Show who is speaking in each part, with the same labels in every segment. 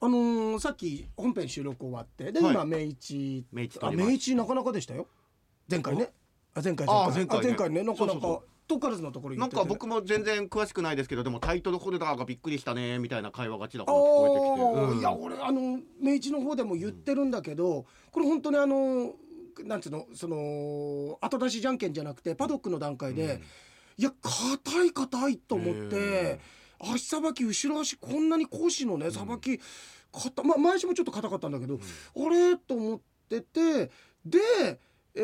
Speaker 1: あのーさっき本編収録終わってで
Speaker 2: はい
Speaker 1: 今明治
Speaker 2: 明治
Speaker 1: あ
Speaker 2: 取りました
Speaker 1: 明治なかなかでしたよ前回ねあ前回
Speaker 2: あ
Speaker 1: 前回
Speaker 2: 前回
Speaker 1: ね
Speaker 2: ね
Speaker 1: なかな
Speaker 2: そうそう
Speaker 1: か
Speaker 2: そ
Speaker 1: トッカルズのところ行
Speaker 2: な
Speaker 1: っ
Speaker 2: ん
Speaker 1: てて
Speaker 2: か僕も全然詳しくないですけどでもタイトルホルダーがびっくりしたねみたいな会話がちら
Speaker 1: あ
Speaker 2: ほら聞こ
Speaker 1: ー
Speaker 2: えてきて、うん
Speaker 1: いや俺あの明治の方でも言ってるんだけど、これ本当にあのなんつうのその後出しじゃんけんじゃなくてパドックの段階で、いや硬い硬いと思っ
Speaker 2: へ
Speaker 1: て足さばき後ろ足こんなに講師のねさばき硬、まあ、前足もちょっと硬かったんだけど、あれと思っててで。え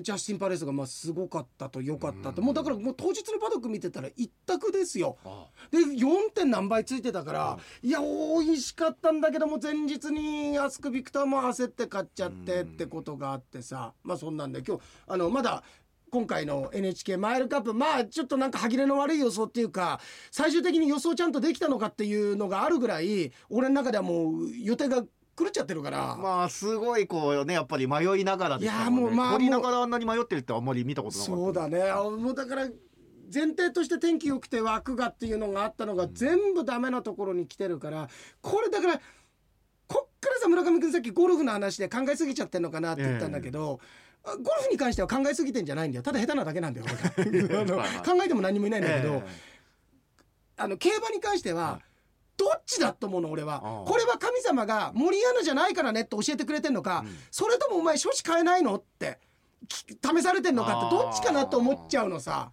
Speaker 1: ージャスティン・パレスがまあすごかったと良かったと、もうだからもう当日のパドック見てたら一択ですよ、
Speaker 2: あ
Speaker 1: で4点何倍ついてたから、いや美味しかったんだけども前日にアスクビクターも焦って買っちゃってってことがあってさ、まあそんなんで今日あのまだ今回の NHK マイルカップまあちょっとなんか歯切れの悪い予想っていうか最終的に予想ちゃんとできたのかっていうのがあるぐらい俺の中ではもう予定が狂っちゃってるから。
Speaker 2: まあすごいこうねやっぱり迷いながらですからね
Speaker 1: いやもうまあ
Speaker 2: 凝りながらあんなに迷ってるってあんまり見たことなかった
Speaker 1: そうだねあもうだから前提として天気良くて枠がっていうのがあったのが全部ダメなところに来てるからこれだからこっからさ村上君さっきゴルフの話で考えすぎちゃってんのかなって言ったんだけど、あゴルフに関しては考えすぎてんじゃないんだよただ下手なだけなんだよ 俺があの
Speaker 2: はいはい
Speaker 1: 考えても何にもいないんだけど、
Speaker 2: え
Speaker 1: あの競馬に関しては、
Speaker 2: は
Speaker 1: どっちだと思うの俺は
Speaker 2: ああ
Speaker 1: これは神様が森アナじゃないからねって教えてくれてんのか、
Speaker 2: うん
Speaker 1: それともお前処置変えないのってき試されてんのかって
Speaker 2: ああ
Speaker 1: どっちかなと思っちゃうのさ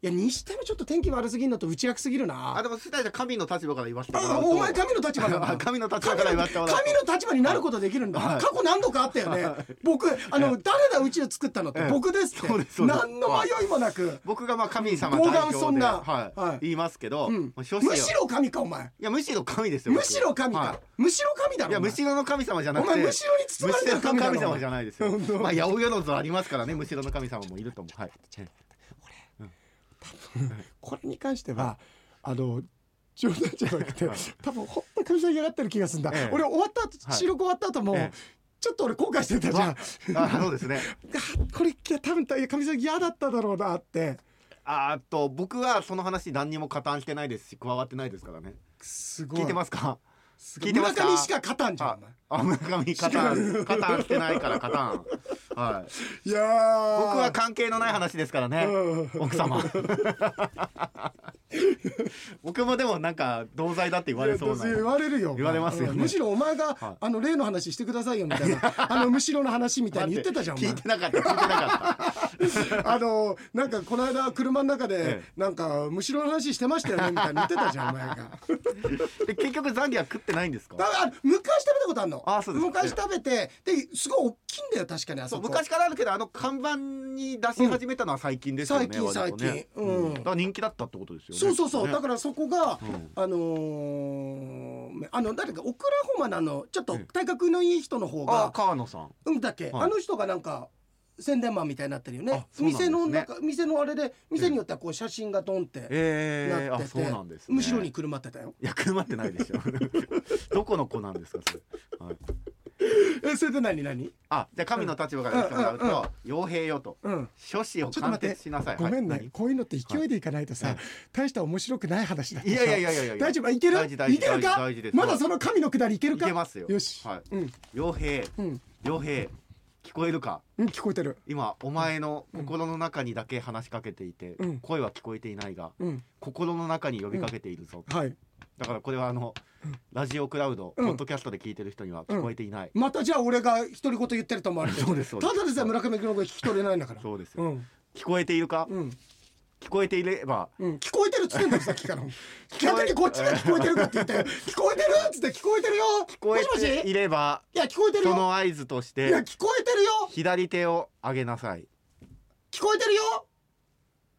Speaker 1: いやにしてもちょっと天気悪すぎんのと打ち明けすぎる
Speaker 2: え
Speaker 1: な
Speaker 2: あでも世代じゃ神の立場から言わせてもら
Speaker 1: あ
Speaker 2: うと
Speaker 1: お前神の立場なんだ
Speaker 2: 神の立場から言わせてもらうと
Speaker 1: 神の立場になることできるんだ、
Speaker 2: はい
Speaker 1: 過去何度かあったよね僕あの誰だ宇宙作ったのって
Speaker 2: ええ
Speaker 1: 僕ですって
Speaker 2: そうですそうです
Speaker 1: 何の迷いもなく、
Speaker 2: 僕がまあ神様
Speaker 1: 傲
Speaker 2: 代
Speaker 1: 慢
Speaker 2: 表で、
Speaker 1: そんな
Speaker 2: はい
Speaker 1: はい
Speaker 2: 言いますけど、
Speaker 1: うん
Speaker 2: もう
Speaker 1: む
Speaker 2: 諸子よ
Speaker 1: しろ神かお前
Speaker 2: いやむしろ神ですよ僕
Speaker 1: むしろ神か、
Speaker 2: は
Speaker 1: むしろ神だろ
Speaker 2: い、いや
Speaker 1: お前
Speaker 2: むしろの神様じゃな
Speaker 1: お
Speaker 2: くて
Speaker 1: 前むしろに包まれてる神
Speaker 2: むし
Speaker 1: だ
Speaker 2: ろの
Speaker 1: ろ
Speaker 2: 神様じゃないですよ
Speaker 1: 本当
Speaker 2: まあ八百万ありますからねむしろの神様もいると思うはい
Speaker 1: これに関してはあの冗談じゃなくて多分ほんと神様嫌がってる気がするんだ、
Speaker 2: ええ
Speaker 1: 俺終わった後
Speaker 2: はい
Speaker 1: 収録終わった後も、
Speaker 2: ええ
Speaker 1: ちょっと俺後悔してたじゃん
Speaker 2: わあそうですね
Speaker 1: あこれ多分神様嫌だっただろうなって
Speaker 2: あーっと僕はその話何にも加担してないですし加わってないですからね
Speaker 1: すごい
Speaker 2: 聞いてますか
Speaker 1: すごい
Speaker 2: 聞いてますか
Speaker 1: 村上しか勝たんじゃんお
Speaker 2: ああ村上加担加担してないから加担はい
Speaker 1: 前いやー
Speaker 2: 僕は関係のない話ですからね
Speaker 1: うん
Speaker 2: 奥様 僕もでもなんか同罪だって言われそうな
Speaker 1: 言われるよ
Speaker 2: 言われますよね
Speaker 1: うんむしろお前が、
Speaker 2: はい
Speaker 1: あの例の話してくださいよみたいなあのむしろの話みたいに言ってたじゃんお前
Speaker 2: 聞いてなかった聞いてなかっ
Speaker 1: あのなんかこの間車の中で、
Speaker 2: え
Speaker 1: なんかむしろの話してましたよねみたいに言ってたじゃんお 前がだか
Speaker 2: たで結局ザンギは食ってないんですから
Speaker 1: 昔食べたことあるの
Speaker 2: あそうですか
Speaker 1: 昔食べてですごい大きいんだよ確かにあそ
Speaker 2: そ
Speaker 1: うこ
Speaker 2: 昔からあるけどあの看板に出し始めたのは最近ですよね、
Speaker 1: うん最近
Speaker 2: 割とね
Speaker 1: 最近うん
Speaker 2: だから人気だったってことですよね
Speaker 1: そうそうそう、だ
Speaker 2: ら
Speaker 1: からそこが、
Speaker 2: ん
Speaker 1: あのーあの誰かオクラホマなのちょっと体格のいい人の方
Speaker 2: あ
Speaker 1: が
Speaker 2: 川野さん
Speaker 1: うんだっけ、
Speaker 2: はい
Speaker 1: あの人がなんか宣伝マンみたいになってるよね
Speaker 2: あそうなん
Speaker 1: 店
Speaker 2: ですね
Speaker 1: の中店のあれで店によってはこう写真がドンってなってて、
Speaker 2: ええあそうなんです、ね、
Speaker 1: むしろに車ってたよ
Speaker 2: いや車ってないでしょ どこの子なんですかそれ、はい、
Speaker 1: えそれで何何
Speaker 2: あじゃあ神の立場から言ってもらうと、
Speaker 1: うんうん
Speaker 2: 傭兵よと
Speaker 1: うん
Speaker 2: 諸子を
Speaker 1: ちょっと
Speaker 2: 貫
Speaker 1: 待って
Speaker 2: 徹しなさい
Speaker 1: ごめんね、
Speaker 2: はい何
Speaker 1: こういうのって勢いでいかないとさ、大した面白くない話だった
Speaker 2: いやいやいやいやいや
Speaker 1: 大丈夫いける
Speaker 2: 大事大事
Speaker 1: いけるか
Speaker 2: 大事です
Speaker 1: まだその神のくだりいけるか
Speaker 2: いけますよ
Speaker 1: よし、
Speaker 2: はい
Speaker 1: うん
Speaker 2: 傭兵
Speaker 1: うん
Speaker 2: 傭兵聞こえるか
Speaker 1: うん聞こえてる
Speaker 2: 今お前の心の中にだけ話しかけていて、
Speaker 1: うん
Speaker 2: 声は聞こえていないが
Speaker 1: うん
Speaker 2: 心の中に呼びかけているぞ、
Speaker 1: はい
Speaker 2: だからこれはあのラジオクラウド、
Speaker 1: うん
Speaker 2: ポッドキャストで聞いてる人には聞こえていない、
Speaker 1: またじゃあ俺が独り言言ってると思われてる
Speaker 2: そうですそうです
Speaker 1: ただでさえ村上君の声聞き取れないんだから
Speaker 2: そうですよ、
Speaker 1: うん
Speaker 2: 聞こえているか、
Speaker 1: うん
Speaker 2: 聞こえていれば
Speaker 1: うん、聞こえてるっつってんだよさっき から逆にこっちが聞こえてるかって言ったよ聞こえてるっつって聞こえてるよ
Speaker 2: 聞こえ
Speaker 1: もしもし
Speaker 2: ていれば
Speaker 1: いや聞こえてる
Speaker 2: そ
Speaker 1: よ
Speaker 2: の合図とし
Speaker 1: いや
Speaker 2: て
Speaker 1: 聞こえてるよ
Speaker 2: 左手を上げなさい
Speaker 1: 聞こえてるよ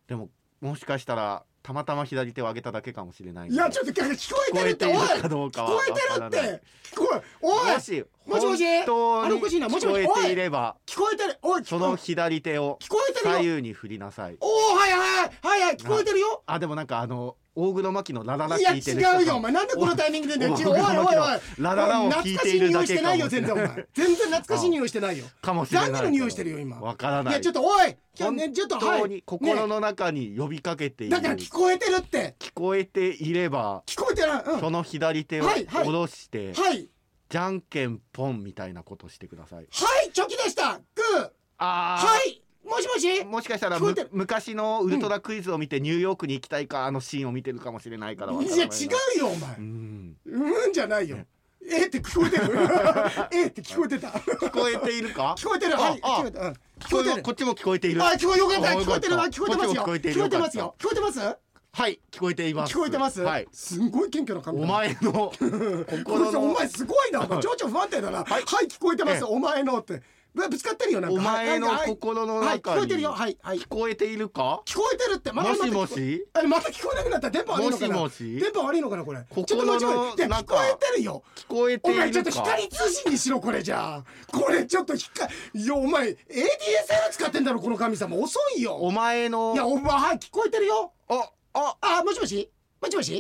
Speaker 2: でももしかしたらたまたま左手を上げただけかもしれない
Speaker 1: いやち
Speaker 2: ょ
Speaker 1: ょっと逆に聞こえてるっておい
Speaker 2: 聞こえてい
Speaker 1: 聞
Speaker 2: るかどうかは
Speaker 1: こえてる
Speaker 2: わ
Speaker 1: っ
Speaker 2: からな
Speaker 1: て聞こえおい
Speaker 2: もし
Speaker 1: もしもしあれおかし
Speaker 2: 本
Speaker 1: い
Speaker 2: 当
Speaker 1: な
Speaker 2: に
Speaker 1: もし
Speaker 2: 聞
Speaker 1: も
Speaker 2: こ
Speaker 1: し
Speaker 2: えていれば
Speaker 1: 聞こえてるおい聞こ
Speaker 2: その左手を
Speaker 1: 聞こえてるよ
Speaker 2: 左右に振りなさい
Speaker 1: おおはいはいはいはい聞こえてるよ
Speaker 2: あでもなんかあの大黒摩季のラララ
Speaker 1: いや
Speaker 2: 聞いてる人
Speaker 1: 違うよお前なんでこのタイミングでね
Speaker 2: お
Speaker 1: 違うおいおいおい
Speaker 2: ラララを聞いているだ
Speaker 1: 懐かしい匂い
Speaker 2: け
Speaker 1: してないよ全然お前全然懐かしい匂いして ないよ
Speaker 2: かもしれない
Speaker 1: 何の匂いしてるよ今
Speaker 2: わからない
Speaker 1: いやちょっとおい今日ねちょっとは
Speaker 2: 本当
Speaker 1: い
Speaker 2: に
Speaker 1: ね
Speaker 2: 心の中に呼びかけている、
Speaker 1: だから聞
Speaker 2: 聞
Speaker 1: こえてるって
Speaker 2: こえていれば
Speaker 1: 聞こえてないうん
Speaker 2: その左手を
Speaker 1: はいはい
Speaker 2: 下ろして、
Speaker 1: はい
Speaker 2: じゃんけんポンみたいなことしてください
Speaker 1: はいチョキでしたグー
Speaker 2: あー
Speaker 1: はいもしもし
Speaker 2: もしかしたら
Speaker 1: 聞こえ
Speaker 2: む
Speaker 1: てる
Speaker 2: 昔のウルトラクイズを見てニューヨークに行きたいかあのシーンを見てるかもしれないからわからない
Speaker 1: いや違
Speaker 2: う
Speaker 1: うよお前
Speaker 2: ん
Speaker 1: うんじゃないよえーって聞こ えてるえーって聞こえてた
Speaker 2: 聞こえているか
Speaker 1: 聞こえてる
Speaker 2: あ
Speaker 1: はい
Speaker 2: あ
Speaker 1: 聞こえてるうん聞
Speaker 2: 聞
Speaker 1: こ
Speaker 2: こ
Speaker 1: えて
Speaker 2: え
Speaker 1: る
Speaker 2: こっちも聞こえている
Speaker 1: あ聞こえよかった
Speaker 2: あ
Speaker 1: 聞こえてるわ聞こえてますよ
Speaker 2: こっちも聞こえてい
Speaker 1: 聞
Speaker 2: る
Speaker 1: こえてます
Speaker 2: よか
Speaker 1: よ聞こえてます
Speaker 2: はい聞こえています
Speaker 1: 聞こえてます、
Speaker 2: はい
Speaker 1: すんごい謙虚な感じ
Speaker 2: お前 の
Speaker 1: これ
Speaker 2: 心
Speaker 1: さお
Speaker 2: の
Speaker 1: 前すごいなお前情緒不安定だなはい、聞こえてます、
Speaker 2: ええ
Speaker 1: お前のってぶぶつかってるよなんか
Speaker 2: お前の
Speaker 1: はいはい
Speaker 2: 心の
Speaker 1: はい聞
Speaker 2: 中
Speaker 1: こえ
Speaker 2: に
Speaker 1: てるよはいはい
Speaker 2: 聞こえているか
Speaker 1: 聞こえてるってまだ
Speaker 2: も
Speaker 1: まだ
Speaker 2: し
Speaker 1: 聞こ
Speaker 2: もし
Speaker 1: あれまた聞こえなくなったら電波悪いのかな
Speaker 2: もしもし
Speaker 1: 電波悪いのかなこれ
Speaker 2: 心の
Speaker 1: ちょっと待っていや聞こえてるよ
Speaker 2: 聞こえて
Speaker 1: お
Speaker 2: いるか
Speaker 1: 前ちょっと光通信にしろこれじゃあこれちょっと光いやお前 ADSL 使ってんだろこの神様遅いよ
Speaker 2: お前の
Speaker 1: いやお前はい聞こえてるよ
Speaker 2: ああ
Speaker 1: あもしもしもしもし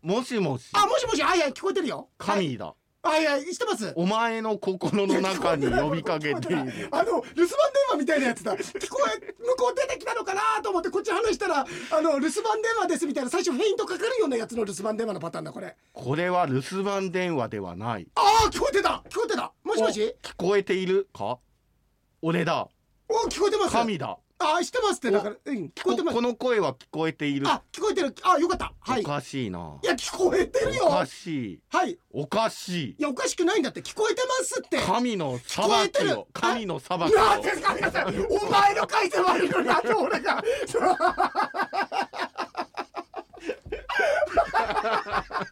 Speaker 2: もしもし
Speaker 1: あもしもしはいはい聞こえてるよはい
Speaker 2: 神だ、
Speaker 1: はいはいしてます
Speaker 2: お前の心の中に呼びかけている
Speaker 1: あの留守番電話みたいなやつだ聞こえ向こう出てきたのかなと思ってこっち話したらあの留守番電話ですみたいな最初フェイントかかるようなやつの留守番電話のパターンだこれ
Speaker 2: これは留守番電話ではない
Speaker 1: ああ聞こえてた聞こえてたもしもし
Speaker 2: お聞こえているか俺だ
Speaker 1: お聞こえてます
Speaker 2: 神だ
Speaker 1: ああしてますってだからうん聞こえてます
Speaker 2: この声は聞こえている
Speaker 1: あ聞こえてるあよかったはい
Speaker 2: お
Speaker 1: い
Speaker 2: かしいな
Speaker 1: や聞こえてる
Speaker 2: おか
Speaker 1: よ
Speaker 2: しい
Speaker 1: はいい
Speaker 2: おかしい
Speaker 1: やおかしくないんだって聞こえてますって
Speaker 2: 神の裁
Speaker 1: 聞こえて
Speaker 2: き
Speaker 1: る
Speaker 2: を神の裁きを
Speaker 1: なんですか皆さんお前の回で悪いのになんで俺が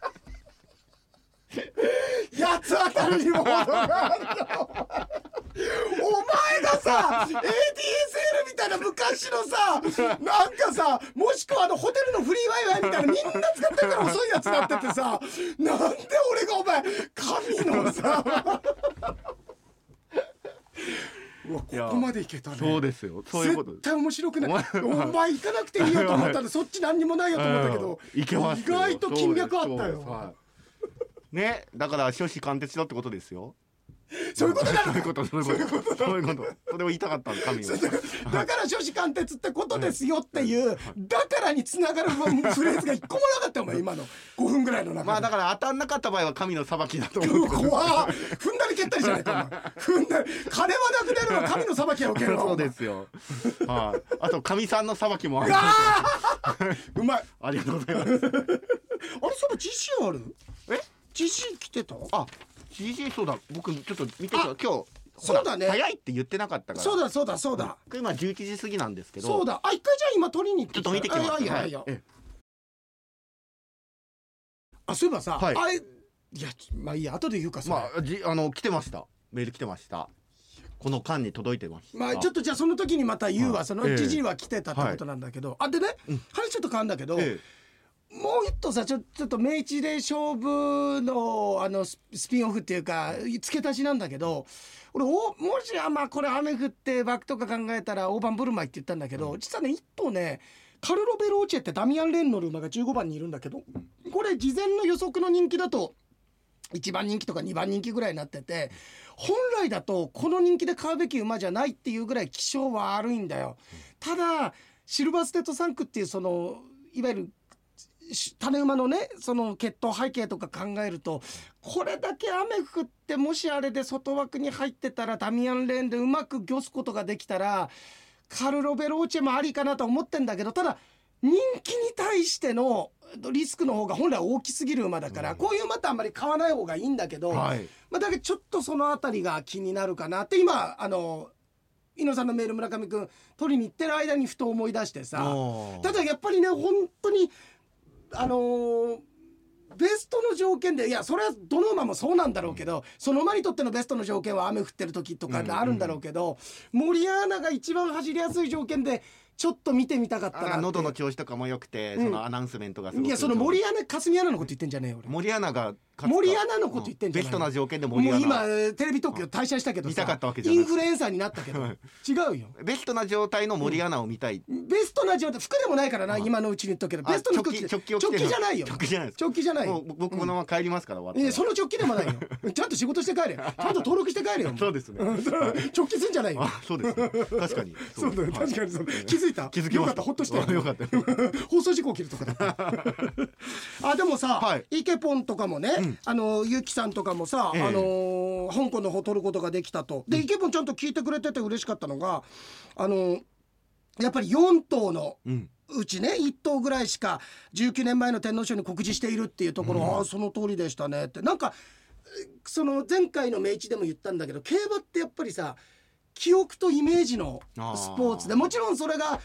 Speaker 1: やつ当たるにも程があるよお前がさ ADSL みたいな昔のさなんかさもしくはあのホテルのフリーワイワイみたいなみんな使ってるから遅いやつだっててさなんで俺がお前神のさうわこ
Speaker 2: いや
Speaker 1: こまでいけたね
Speaker 2: そうですよそういうことで
Speaker 1: 絶対面白くない
Speaker 2: お前
Speaker 1: お前行かなくていいよと思ったらそっち何にもないよと思った けど
Speaker 2: すいけます
Speaker 1: 意外と金脈あった
Speaker 2: そうですそうです
Speaker 1: よ
Speaker 2: はいねだから少子貫徹だってことですよ
Speaker 1: そういうことな
Speaker 2: そう
Speaker 1: の
Speaker 2: いうことそういうことそういうことそれを言いたかったの神は
Speaker 1: だから諸子貫徹ってことですよっていうだからにつながるフレーズが一個もなかったよお前今の5分ぐらいの中で
Speaker 2: まあだから当たんなかった場合は神の裁きだと思う
Speaker 1: 怖っ踏んだり蹴ったりじゃないかお前踏んだり金はなくなるわ神の裁きは受けるわ
Speaker 2: そうですすよはいあと神さんの裁きもある
Speaker 1: あーうまい
Speaker 2: ありがとうございま
Speaker 1: あ
Speaker 2: す
Speaker 1: れそういえば自信ある
Speaker 2: え
Speaker 1: 自信来てた
Speaker 2: あ GG そうだ僕ちょっと見てた
Speaker 1: あ
Speaker 2: 今日ほら
Speaker 1: そうだね
Speaker 2: 早いって言ってなかったから
Speaker 1: そうだそうだそうだ
Speaker 2: 僕今11時過ぎなんですけど
Speaker 1: そうだあ一回じゃあ今取りに行って
Speaker 2: ちょっと見てきます
Speaker 1: あいやいやいや
Speaker 2: はいええ
Speaker 1: あそういえばさあ
Speaker 2: はい
Speaker 1: れいやまあいいや後で言うか
Speaker 2: ま
Speaker 1: さ
Speaker 2: あじあの来てましたメール来てましたこの間に届いてました
Speaker 1: まあちょっとじゃあその時にまた言うわその
Speaker 2: ええ
Speaker 1: じじいは来てたってことなんだけどあでね話ちょっと変わるんだけど
Speaker 2: え
Speaker 1: もう一頭さちょちょっと明治で勝負のあのススピンオフっていうか付け足しなんだけど俺おもしあまあこれ雨降ってバックとか考えたら大盤振る舞いって言ったんだけど、実はね一頭ねカルロ・ベローチェってダミアン・レン乗る馬が15番にいるんだけどこれ事前の予測の人気だと1番人気とか2番人気ぐらいになってて本来だとこの人気で買うべき馬じゃないっていうぐらい気性は悪いんだよ。ただシルバーステートサンクっていうそのいわゆるし種馬のねその血統背景とか考えるとこれだけ雨降ってもしあれで外枠に入ってたらダミアン・レーンでうまく御すことができたらカルロ・ベローチェもありかなと思ってんだけどただ人気に対してのリスクの方が本来大きすぎる馬だから、こういう馬ってあんまり買わない方がいいんだけど、
Speaker 2: えはい
Speaker 1: まあ、だけどちょっとそのあたりが気になるかなって今あの猪野さんのメール村上君取りに行ってる間にふと思い出してさ。
Speaker 2: あ
Speaker 1: ただやっぱりね本当にあのーベストの条件でいやそれはどの馬もそうなんだろうけど、その馬にとってのベストの条件は雨降ってる時とかがあるんだろうけど、モリアーナが一番走りやすい条件でちょっと見てみたかったなって
Speaker 2: あ喉の調子とかも良くて、
Speaker 1: うん
Speaker 2: そのアナウンスメントがすごく
Speaker 1: いやその森アナ霞アナのこと言ってんじゃねえよ俺
Speaker 2: 森アナが勝つか
Speaker 1: 森アナのこと言ってんじゃ
Speaker 2: ベ
Speaker 1: ない
Speaker 2: ストな条件で森
Speaker 1: も
Speaker 2: ア
Speaker 1: う
Speaker 2: ナ
Speaker 1: 今テレビ東京退社したけどさ
Speaker 2: 見たかったわけじゃ
Speaker 1: イ
Speaker 2: ない
Speaker 1: ンフルエンサーになったけ ど
Speaker 2: はい
Speaker 1: 違うよ
Speaker 2: ベストな状態の森アナを見たい、
Speaker 1: ベストな状態服でもないからな今のうちに言っとくけど
Speaker 2: あ
Speaker 1: ベストの服着て
Speaker 2: 直帰直帰を着てる
Speaker 1: じゃないよ
Speaker 2: 直帰じゃないです
Speaker 1: 直帰じゃない
Speaker 2: もう
Speaker 1: よ
Speaker 2: 僕僕このまま帰りますから、終
Speaker 1: い
Speaker 2: わ
Speaker 1: や
Speaker 2: った
Speaker 1: そ
Speaker 2: ら
Speaker 1: の直帰でもない よちゃんと仕事して帰れよちゃんと登録して帰れよ
Speaker 2: そうですね
Speaker 1: ん 直帰すんじゃ ないよ
Speaker 2: あそうですね確かに
Speaker 1: そうだね
Speaker 2: はい
Speaker 1: 確かにそう気づいた
Speaker 2: 気づき
Speaker 1: よ
Speaker 2: ました
Speaker 1: かったほっとした
Speaker 2: あよかった
Speaker 1: 放送事故起きるとかだ ったあでもさ、
Speaker 2: はい
Speaker 1: イケポンとかもね、あのゆきさんとかもさ、
Speaker 2: ええ
Speaker 1: あの香港の方取ることができたとでイケポンちゃんと聞いてくれてて嬉しかったのがあのやっぱり4頭の
Speaker 2: うん
Speaker 1: うちね1頭ぐらいしか19年前の天皇賞に告示しているっていうところ、ああその通りでしたねってなんかえその前回の明治でも言ったんだけど競馬ってやっぱりさ記憶とイメージの
Speaker 2: あー
Speaker 1: スポーツでもちろんそれが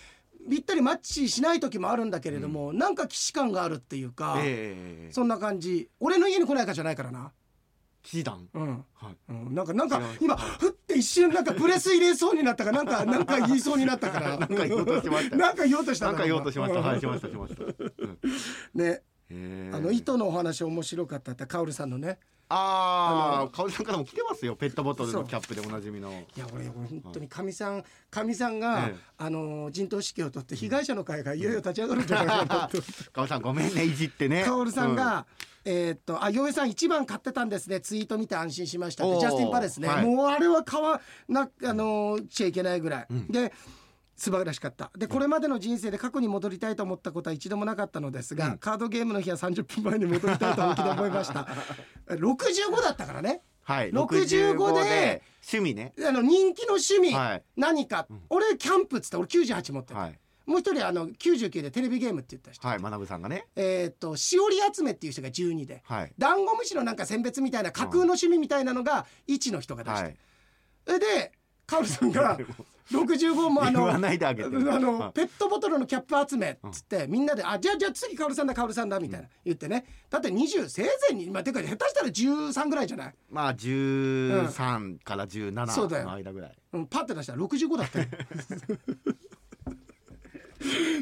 Speaker 1: ぴったりマッチしない時もあるんだけれども、なんか既視感があるっていうか、
Speaker 2: ええ
Speaker 1: そんな感じ俺の家に来ないかじゃないからな。
Speaker 2: 騎士団
Speaker 1: うん
Speaker 2: はい
Speaker 1: うん、なんかなんか
Speaker 2: 違う
Speaker 1: 今ふって一瞬なんかブレス入れそうになったからなんかなんか言いそうになったから
Speaker 2: なんか言おうとしましたよ
Speaker 1: なんか言おうとした
Speaker 2: なんか言おうとしました
Speaker 1: 今
Speaker 2: はいしましたし ました、うん
Speaker 1: ね
Speaker 2: ええ
Speaker 1: あの糸のお話面白かったってカオルさんのねあ
Speaker 2: あ
Speaker 1: の
Speaker 2: あ、かおりさんからも来てますよ。ペットボトル
Speaker 1: そ
Speaker 2: の
Speaker 1: う
Speaker 2: キャップでおなじみの。
Speaker 1: いや俺俺本当にかみさんかみさんが、
Speaker 2: ええ
Speaker 1: あの陣頭指揮を取って被害者の会がいよいよ立ち上がるんじゃないかなと
Speaker 2: かおりさん、ごめんね、いじってね。
Speaker 1: カオルさんが、えーっとあ洋江さん一番買ってたんですねツイート見て安心しましたっ
Speaker 2: お
Speaker 1: て
Speaker 2: ー
Speaker 1: ジャスティンパレスね、
Speaker 2: はい
Speaker 1: もうあれは買わなあのーちゃいけないぐらい、で素晴らしかったでこれまでの人生で過去に戻りたいと思ったことは一度もなかったのですが、カードゲームの日は30分前に戻りたいと本気で思いました 65だったからね
Speaker 2: うん。はい。
Speaker 1: 65
Speaker 2: 65
Speaker 1: で
Speaker 2: 趣味ね。
Speaker 1: あの人気の趣味、
Speaker 2: はい
Speaker 1: 何か、俺キャンプっつって俺98持ってる、
Speaker 2: はい。
Speaker 1: もう一人あの99でテレビゲームって言った人、
Speaker 2: はい、学さんがね。
Speaker 1: えーっとしおり集めっていう人が12で、
Speaker 2: はい。
Speaker 1: ダンゴムシのなんか選別みたいな架空の趣味みたいなのが1の人が出して、
Speaker 2: はい。
Speaker 1: でカオルさん が65もあ
Speaker 2: 言
Speaker 1: の
Speaker 2: わないであげて。
Speaker 1: あ
Speaker 2: は
Speaker 1: の
Speaker 2: い
Speaker 1: ペットボトルのキャップ集めっつって、みんなで「あじゃあじゃあ次カオルさんだカオルさんだ」みたいな、言ってねだって20生前にまあてか下手したら13ぐらいじゃない、
Speaker 2: まあ、13から
Speaker 1: そうだ
Speaker 2: 17
Speaker 1: よ
Speaker 2: の間ぐらい。
Speaker 1: うん、パッて出したら65だったよ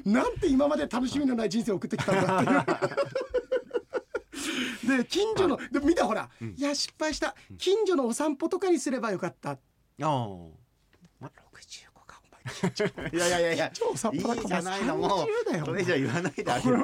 Speaker 1: なんて今まで楽しみのない人生を送ってきたんだってい うで近所ので見たほら、いや失敗した近所のお散歩とかにすればよかった
Speaker 2: あ ーま
Speaker 1: 65かお前近所
Speaker 2: いやいやいやいや。
Speaker 1: 超散
Speaker 2: いい
Speaker 1: 歩だから
Speaker 2: じゃないのも
Speaker 1: 30だよ
Speaker 2: う。それじゃ言わないであげて。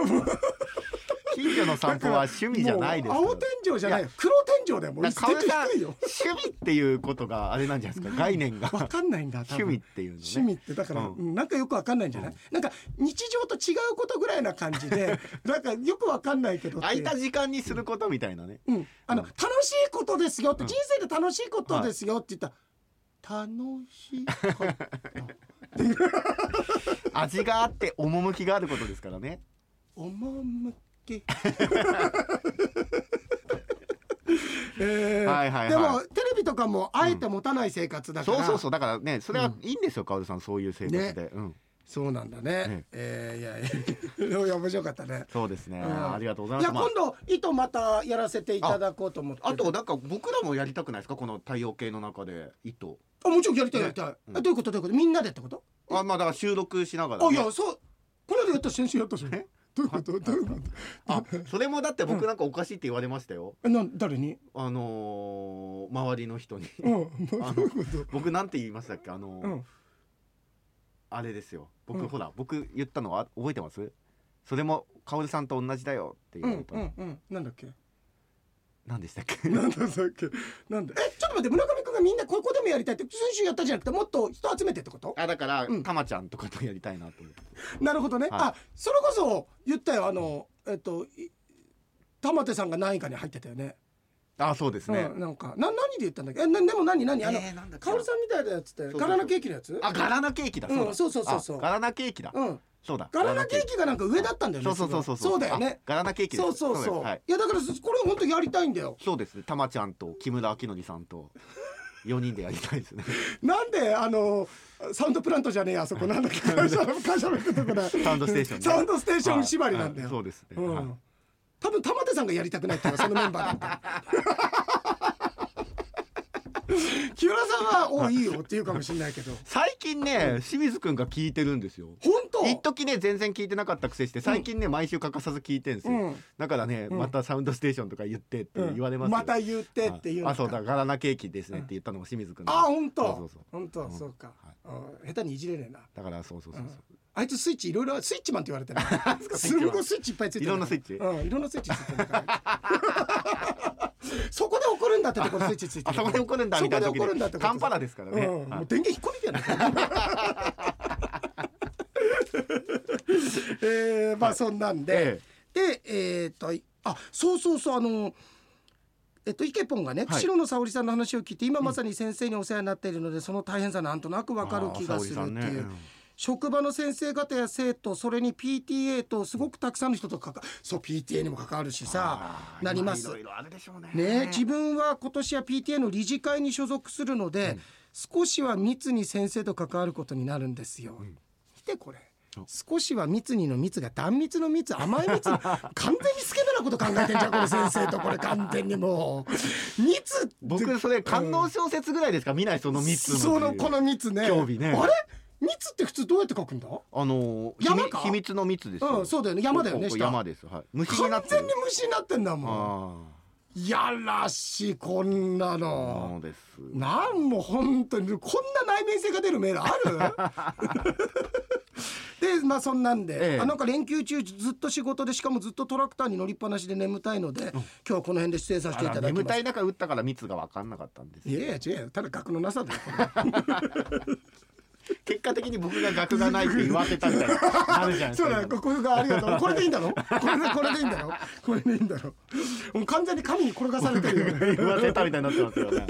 Speaker 2: 近所の散歩は趣味じゃないですから。
Speaker 1: もう青天井じゃないよ黒天井だよもう
Speaker 2: だから香織さん
Speaker 1: 天井低いよ
Speaker 2: 趣味っていうことがあれなんじゃないですか概念が
Speaker 1: わかんないんだ多
Speaker 2: 趣
Speaker 1: 分
Speaker 2: 味っていうのね
Speaker 1: 趣味ってだから、
Speaker 2: うん
Speaker 1: うんなんかよくわかんないんじゃない、なんか日常と違うことぐらいな感じ でなんかよくわかんないけどって
Speaker 2: 空いた時間にすることみたいなね、
Speaker 1: うん、あの、
Speaker 2: うん
Speaker 1: 楽しいことですよって、人生で楽しいことですよって言ったら、楽しかった
Speaker 2: 味があって趣があることですからね
Speaker 1: おまむ けえー
Speaker 2: はいはいはい
Speaker 1: でもテレビとかもあえて持たない生活だから、
Speaker 2: そうそうそうだからねそれはいいんですよ、カオルさんそういう生活で、うん、
Speaker 1: そうなんだね、えーいやいやいや面白かったね
Speaker 2: そうですね、
Speaker 1: ん
Speaker 2: ありがとうござい
Speaker 1: い
Speaker 2: ま
Speaker 1: や
Speaker 2: す、ま
Speaker 1: 今度糸またやらせていただこうと思って
Speaker 2: あ、あとなんか僕らもやりたくないですかこの太陽系の中で糸
Speaker 1: あもちろんやりたいやりたい、
Speaker 2: うん
Speaker 1: あどういうことどういうことみんなでってこと
Speaker 2: あまあだから収録しながら、
Speaker 1: あい
Speaker 2: ね、
Speaker 1: やそうこの間やった先週やったじゃんど
Speaker 2: え
Speaker 1: ういうことどういうこ
Speaker 2: あそれもだって僕なんかおかしいって言われましたよ、
Speaker 1: となん誰に
Speaker 2: あのー、周りの人に
Speaker 1: うんまあどういうこと
Speaker 2: 僕なんて言いましたっけあのー
Speaker 1: うん
Speaker 2: あれですよ僕、
Speaker 1: うん
Speaker 2: ほら僕言ったのは覚えてますそれもカオルさんと同じだよって
Speaker 1: う
Speaker 2: 言われ
Speaker 1: ん
Speaker 2: た、、
Speaker 1: うんんうんなんだっけ
Speaker 2: 何でしたっけ
Speaker 1: なんだっけなんだえちょっと待って村上くんがみんなここでもやりたいって先週やったじゃなくてもっと人集めてってこと
Speaker 2: あだから、
Speaker 1: うん
Speaker 2: たまちゃんとかとやりたいなと思って
Speaker 1: なるほどね、
Speaker 2: はい
Speaker 1: あそれこそ言ったよあのえっとい玉手さんが何位かに入ってたよね
Speaker 2: あそうですね、
Speaker 1: うん、なんかな何で言ったんだっけえなでも何何あの、
Speaker 2: えーなんだっけ
Speaker 1: カオルさんみたいなやつって
Speaker 2: そうそう
Speaker 1: ガラナケーキのやつ
Speaker 2: あガラナケーキだ、
Speaker 1: うん
Speaker 2: そ
Speaker 1: そううそう
Speaker 2: だ
Speaker 1: そうそう
Speaker 2: あガラナケーキだ、
Speaker 1: うん
Speaker 2: そうだ
Speaker 1: ガラナケーキがなんか上だったんだよね
Speaker 2: そうそうそうそう
Speaker 1: すごいそうだよね
Speaker 2: あガラナケーキです
Speaker 1: そうそうそう
Speaker 2: ですはい
Speaker 1: いやだからそこれ本当やりたいんだよ
Speaker 2: そうですねたまちゃんと木村明則さんと4人でやりたいです ね
Speaker 1: なんであのサウンドプラントじゃねえあそこなんだ っけ会社の会社の人とこだ
Speaker 2: サウンドステーションね
Speaker 1: サウンドステーション縛りなんだよ、
Speaker 2: はいはいそうですね、
Speaker 1: う
Speaker 2: はい
Speaker 1: ん、多分玉手さんがやりたくないっていうのはそのメンバーなん だ木村さんは「おいいよ」って言うかもしれないけど
Speaker 2: 最近ね清水くんが聞いてるんですよ
Speaker 1: 本
Speaker 2: 一時ね全然聞いてなかったくせして最近ね、毎週欠かさず聞いてんですよ、
Speaker 1: うん
Speaker 2: だからね、
Speaker 1: うん
Speaker 2: またサウンドステーションとか言ってって
Speaker 1: うん
Speaker 2: 言われますよ、
Speaker 1: また言ってっていうの
Speaker 2: あそうだガラナケーキですねって言ったのも清水君だ
Speaker 1: あ本
Speaker 2: そうそ
Speaker 1: 当
Speaker 2: うそう
Speaker 1: 本当
Speaker 2: うん
Speaker 1: そうか
Speaker 2: はい
Speaker 1: うん下手にいじれねえな
Speaker 2: だからそうそうそうそう、
Speaker 1: あいつスイッチいろいろスイッチマンって言われ てるすんごいスイッチいっぱいついてる
Speaker 2: いろんなスイッチ
Speaker 1: うんいろんなスイッチついてるから そこで怒るんだってところスイッチついて
Speaker 2: あ
Speaker 1: る
Speaker 2: そこで怒るんだみたいな
Speaker 1: そこで怒る
Speaker 2: 時
Speaker 1: んだって
Speaker 2: で
Speaker 1: こと
Speaker 2: カンパラですからね、
Speaker 1: うん
Speaker 2: はい
Speaker 1: もう電源引っこ抜いてやる えーまあそんなんで、
Speaker 2: え
Speaker 1: でえー、とあそうそうそうあのえっと、イケポンがね
Speaker 2: はい
Speaker 1: 釧路の沙織さんの話を聞いて、今まさに先生にお世話になっているのでその大変さなんとなく
Speaker 2: え
Speaker 1: わかる気がするっ
Speaker 2: あ
Speaker 1: て
Speaker 2: ー沙織さん
Speaker 1: い
Speaker 2: ね
Speaker 1: う、職場の先生方や生徒それに PTA とすごくたくさんの人と関わそう PTA にも関わるしさ
Speaker 2: あー
Speaker 1: なります
Speaker 2: 今いろいろあるでしょうね
Speaker 1: ね、自分は今年は PTA の理事会に所属するので、少しは密に先生と関わることになるんですよ。見てこれ
Speaker 2: お
Speaker 1: 少しは密にの密が断密の密甘い 密の完全にスケベなこと考えてんじゃんこれ先生とこれ完全にもう密って
Speaker 2: 僕それ観音小説ぐらいですか見ないその3つの
Speaker 1: そのこの密ね
Speaker 2: 興味ね
Speaker 1: あれ密って普通どうやって書くんだ
Speaker 2: あのー
Speaker 1: 山
Speaker 2: 秘密
Speaker 1: か
Speaker 2: 秘密の密ですよ、
Speaker 1: うんそうだよね山だよね
Speaker 2: ここ
Speaker 1: 下
Speaker 2: 山ですはい虫に
Speaker 1: 完
Speaker 2: なって
Speaker 1: 全
Speaker 2: る
Speaker 1: に虫になってんだも
Speaker 2: あ
Speaker 1: んやらしいこんな
Speaker 2: あ
Speaker 1: の
Speaker 2: そうです
Speaker 1: なんも本当にこんな内面性が出るメールある でまあそんなんで、
Speaker 2: ええ
Speaker 1: あなんか連休中ずっと仕事でしかもずっとトラクターに乗りっぱなしで眠たいので、今日はこの辺で失礼させてい
Speaker 2: あ
Speaker 1: ただ
Speaker 2: ら
Speaker 1: きます
Speaker 2: 眠たい中打ったから密が分かんなかったんです
Speaker 1: いやいや違うよただ額のなさだよこれ
Speaker 2: 結果的に僕が額がないって言わせたみたいななるじゃ ん
Speaker 1: そうだよこれがありがとうこれでいいんだろこれでこれでいいんだろこれでいいんだろもう完全に神に転がされてるよね
Speaker 2: 言わせたみたいになってますよね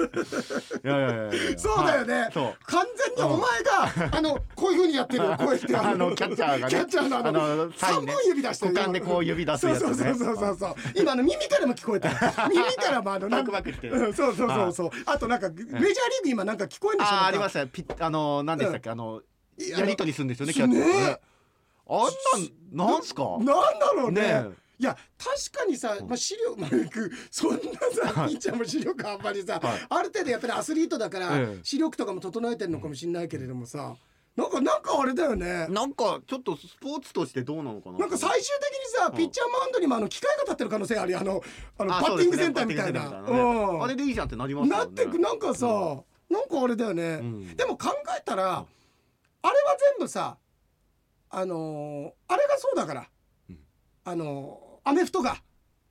Speaker 2: いやいやいやいや
Speaker 1: そうだよね、
Speaker 2: はいそう
Speaker 1: 完全にお前が、あのこういう風にや ってるよこうやって
Speaker 2: あのキャッチャーがね
Speaker 1: キャッチャーのあの
Speaker 2: あのサイ
Speaker 1: 3
Speaker 2: ンね
Speaker 1: 本指出してる
Speaker 2: 股間でこう指出すやつね
Speaker 1: そうそうそうそうそう今あの耳からも聞こえた耳からもあのなんか
Speaker 2: バクバクしてる
Speaker 1: うんそうそうそうそうあとなんかメジャーリーグ今なんか聞こえんでしょ
Speaker 2: あーありますしたよピッあのー何でしたっけ、あの
Speaker 1: いや
Speaker 2: やりとりするんですよね
Speaker 1: そうね
Speaker 2: キャッチャーねあんなんなんすか
Speaker 1: なんだろうね
Speaker 2: ねえ
Speaker 1: いや確かにさ、まあ、資料まあくそんなさピッチャーも視力あんまりさ、
Speaker 2: はい
Speaker 1: ある程度やっぱりアスリートだから、
Speaker 2: ええ
Speaker 1: 視力とかも整えてるのかもしれないけれどもさなんかなんかあれだよね
Speaker 2: なんかちょっとスポーツとしてどうなのかな
Speaker 1: なんか最終的にさ、ピッチャーマウンドにもあの機械が立ってる可能性ありあのあの
Speaker 2: あ
Speaker 1: バッティングセンター
Speaker 2: そう
Speaker 1: み
Speaker 2: です
Speaker 1: たい
Speaker 2: ね
Speaker 1: な
Speaker 2: バッティングセンターみたいなね
Speaker 1: うん
Speaker 2: あれでいいじゃんってなりますよね
Speaker 1: なってくなんかさ、なんかあれだよね、
Speaker 2: ん
Speaker 1: でも考えたら、あれは全部さあのーあれがそうだから、
Speaker 2: うん
Speaker 1: あのーアメフトが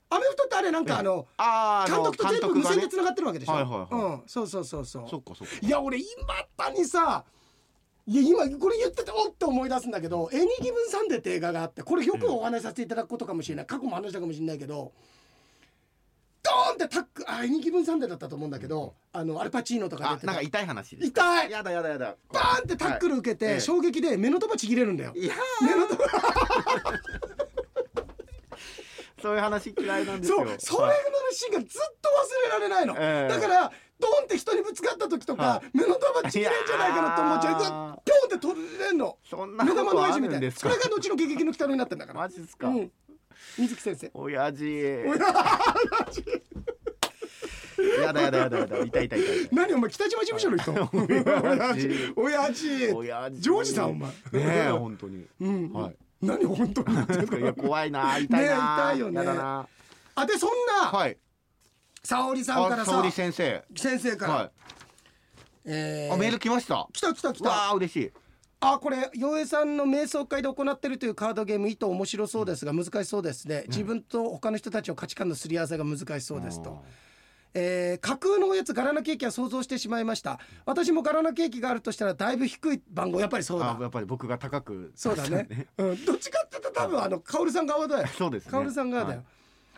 Speaker 1: アメフトってあれなんかあの、
Speaker 2: あーあ
Speaker 1: 監
Speaker 2: の
Speaker 1: 督と全部無
Speaker 2: 監督がね
Speaker 1: 線でつながってるわけでしょ、
Speaker 2: はいはいは
Speaker 1: うん、そうそうそうそう
Speaker 2: そっかそっか
Speaker 1: いや俺今谷さいや今これ言ってておって思い出すんだけど「エニギブン・サンデー」って映画があってこれよくお話しさせていただくことかもしれない過去も話したかもしれないけどドーンってタックあエニギブン・サンデーだったと思うんだけど、あのアルパチーノとか
Speaker 2: あ
Speaker 1: 出て
Speaker 2: なん
Speaker 1: た
Speaker 2: か痛い話です
Speaker 1: 痛い
Speaker 2: やだやだやだ
Speaker 1: バーンってタックル受けて、
Speaker 2: はい
Speaker 1: 衝撃で目の束ちぎれるんだよ。
Speaker 2: いや
Speaker 1: 目の束
Speaker 2: そういう話嫌いなんですよ
Speaker 1: そうそれのシーンがずっと忘れられないの、
Speaker 2: ええ
Speaker 1: だからドーンって人にぶつかった時とか、
Speaker 2: は
Speaker 1: 目の束ちぎれんじゃないかなと思っちゃう
Speaker 2: いやー
Speaker 1: ピョンって取れんの
Speaker 2: そんな
Speaker 1: 目
Speaker 2: こ
Speaker 1: 玉の
Speaker 2: と
Speaker 1: 親
Speaker 2: あ
Speaker 1: 父み
Speaker 2: る
Speaker 1: た
Speaker 2: ん
Speaker 1: い
Speaker 2: で
Speaker 1: な
Speaker 2: す
Speaker 1: そ
Speaker 2: か
Speaker 1: れが後の「ゲゲゲの鬼太郎」になってんだから
Speaker 2: マジっすか、
Speaker 1: うん、水木先生
Speaker 2: 親父
Speaker 1: 父
Speaker 2: やだやだやだやだ痛い痛い痛い痛い
Speaker 1: 何お前北島事務所の人 親
Speaker 2: 親
Speaker 1: 父親
Speaker 2: 父
Speaker 1: 父
Speaker 2: 親父
Speaker 1: ジョージさんお前
Speaker 2: ねえ本当に
Speaker 1: うん、
Speaker 2: はい
Speaker 1: 何本当に言ってる
Speaker 2: いや怖い な痛いな
Speaker 1: ねえ痛いよね
Speaker 2: やだな
Speaker 1: あでそんな
Speaker 2: はい
Speaker 1: 沙織さんか
Speaker 2: あ
Speaker 1: ら
Speaker 2: 沙
Speaker 1: さ
Speaker 2: 織先生
Speaker 1: 先生から、
Speaker 2: は
Speaker 1: え
Speaker 2: い
Speaker 1: ー
Speaker 2: あメール来ました
Speaker 1: 来た来た来た
Speaker 2: わあ嬉しい
Speaker 1: あこれ洋平さんの瞑想会で行ってるというカードゲーム意図面白そうですが難しそうですね、自分と他の人たちの価値観のすり合わせが難しそうですと、えー架空のおやつガラナケーキは想像してしまいました私もガラナケーキがあるとしたらだいぶ低い番号やっぱりそうだ
Speaker 2: あやっぱり僕が高く
Speaker 1: そうだ ね。うん、どっちかって言ったら多分あのカオルさん側だよ。
Speaker 2: そうですね
Speaker 1: カオルさん側だよ。
Speaker 2: はい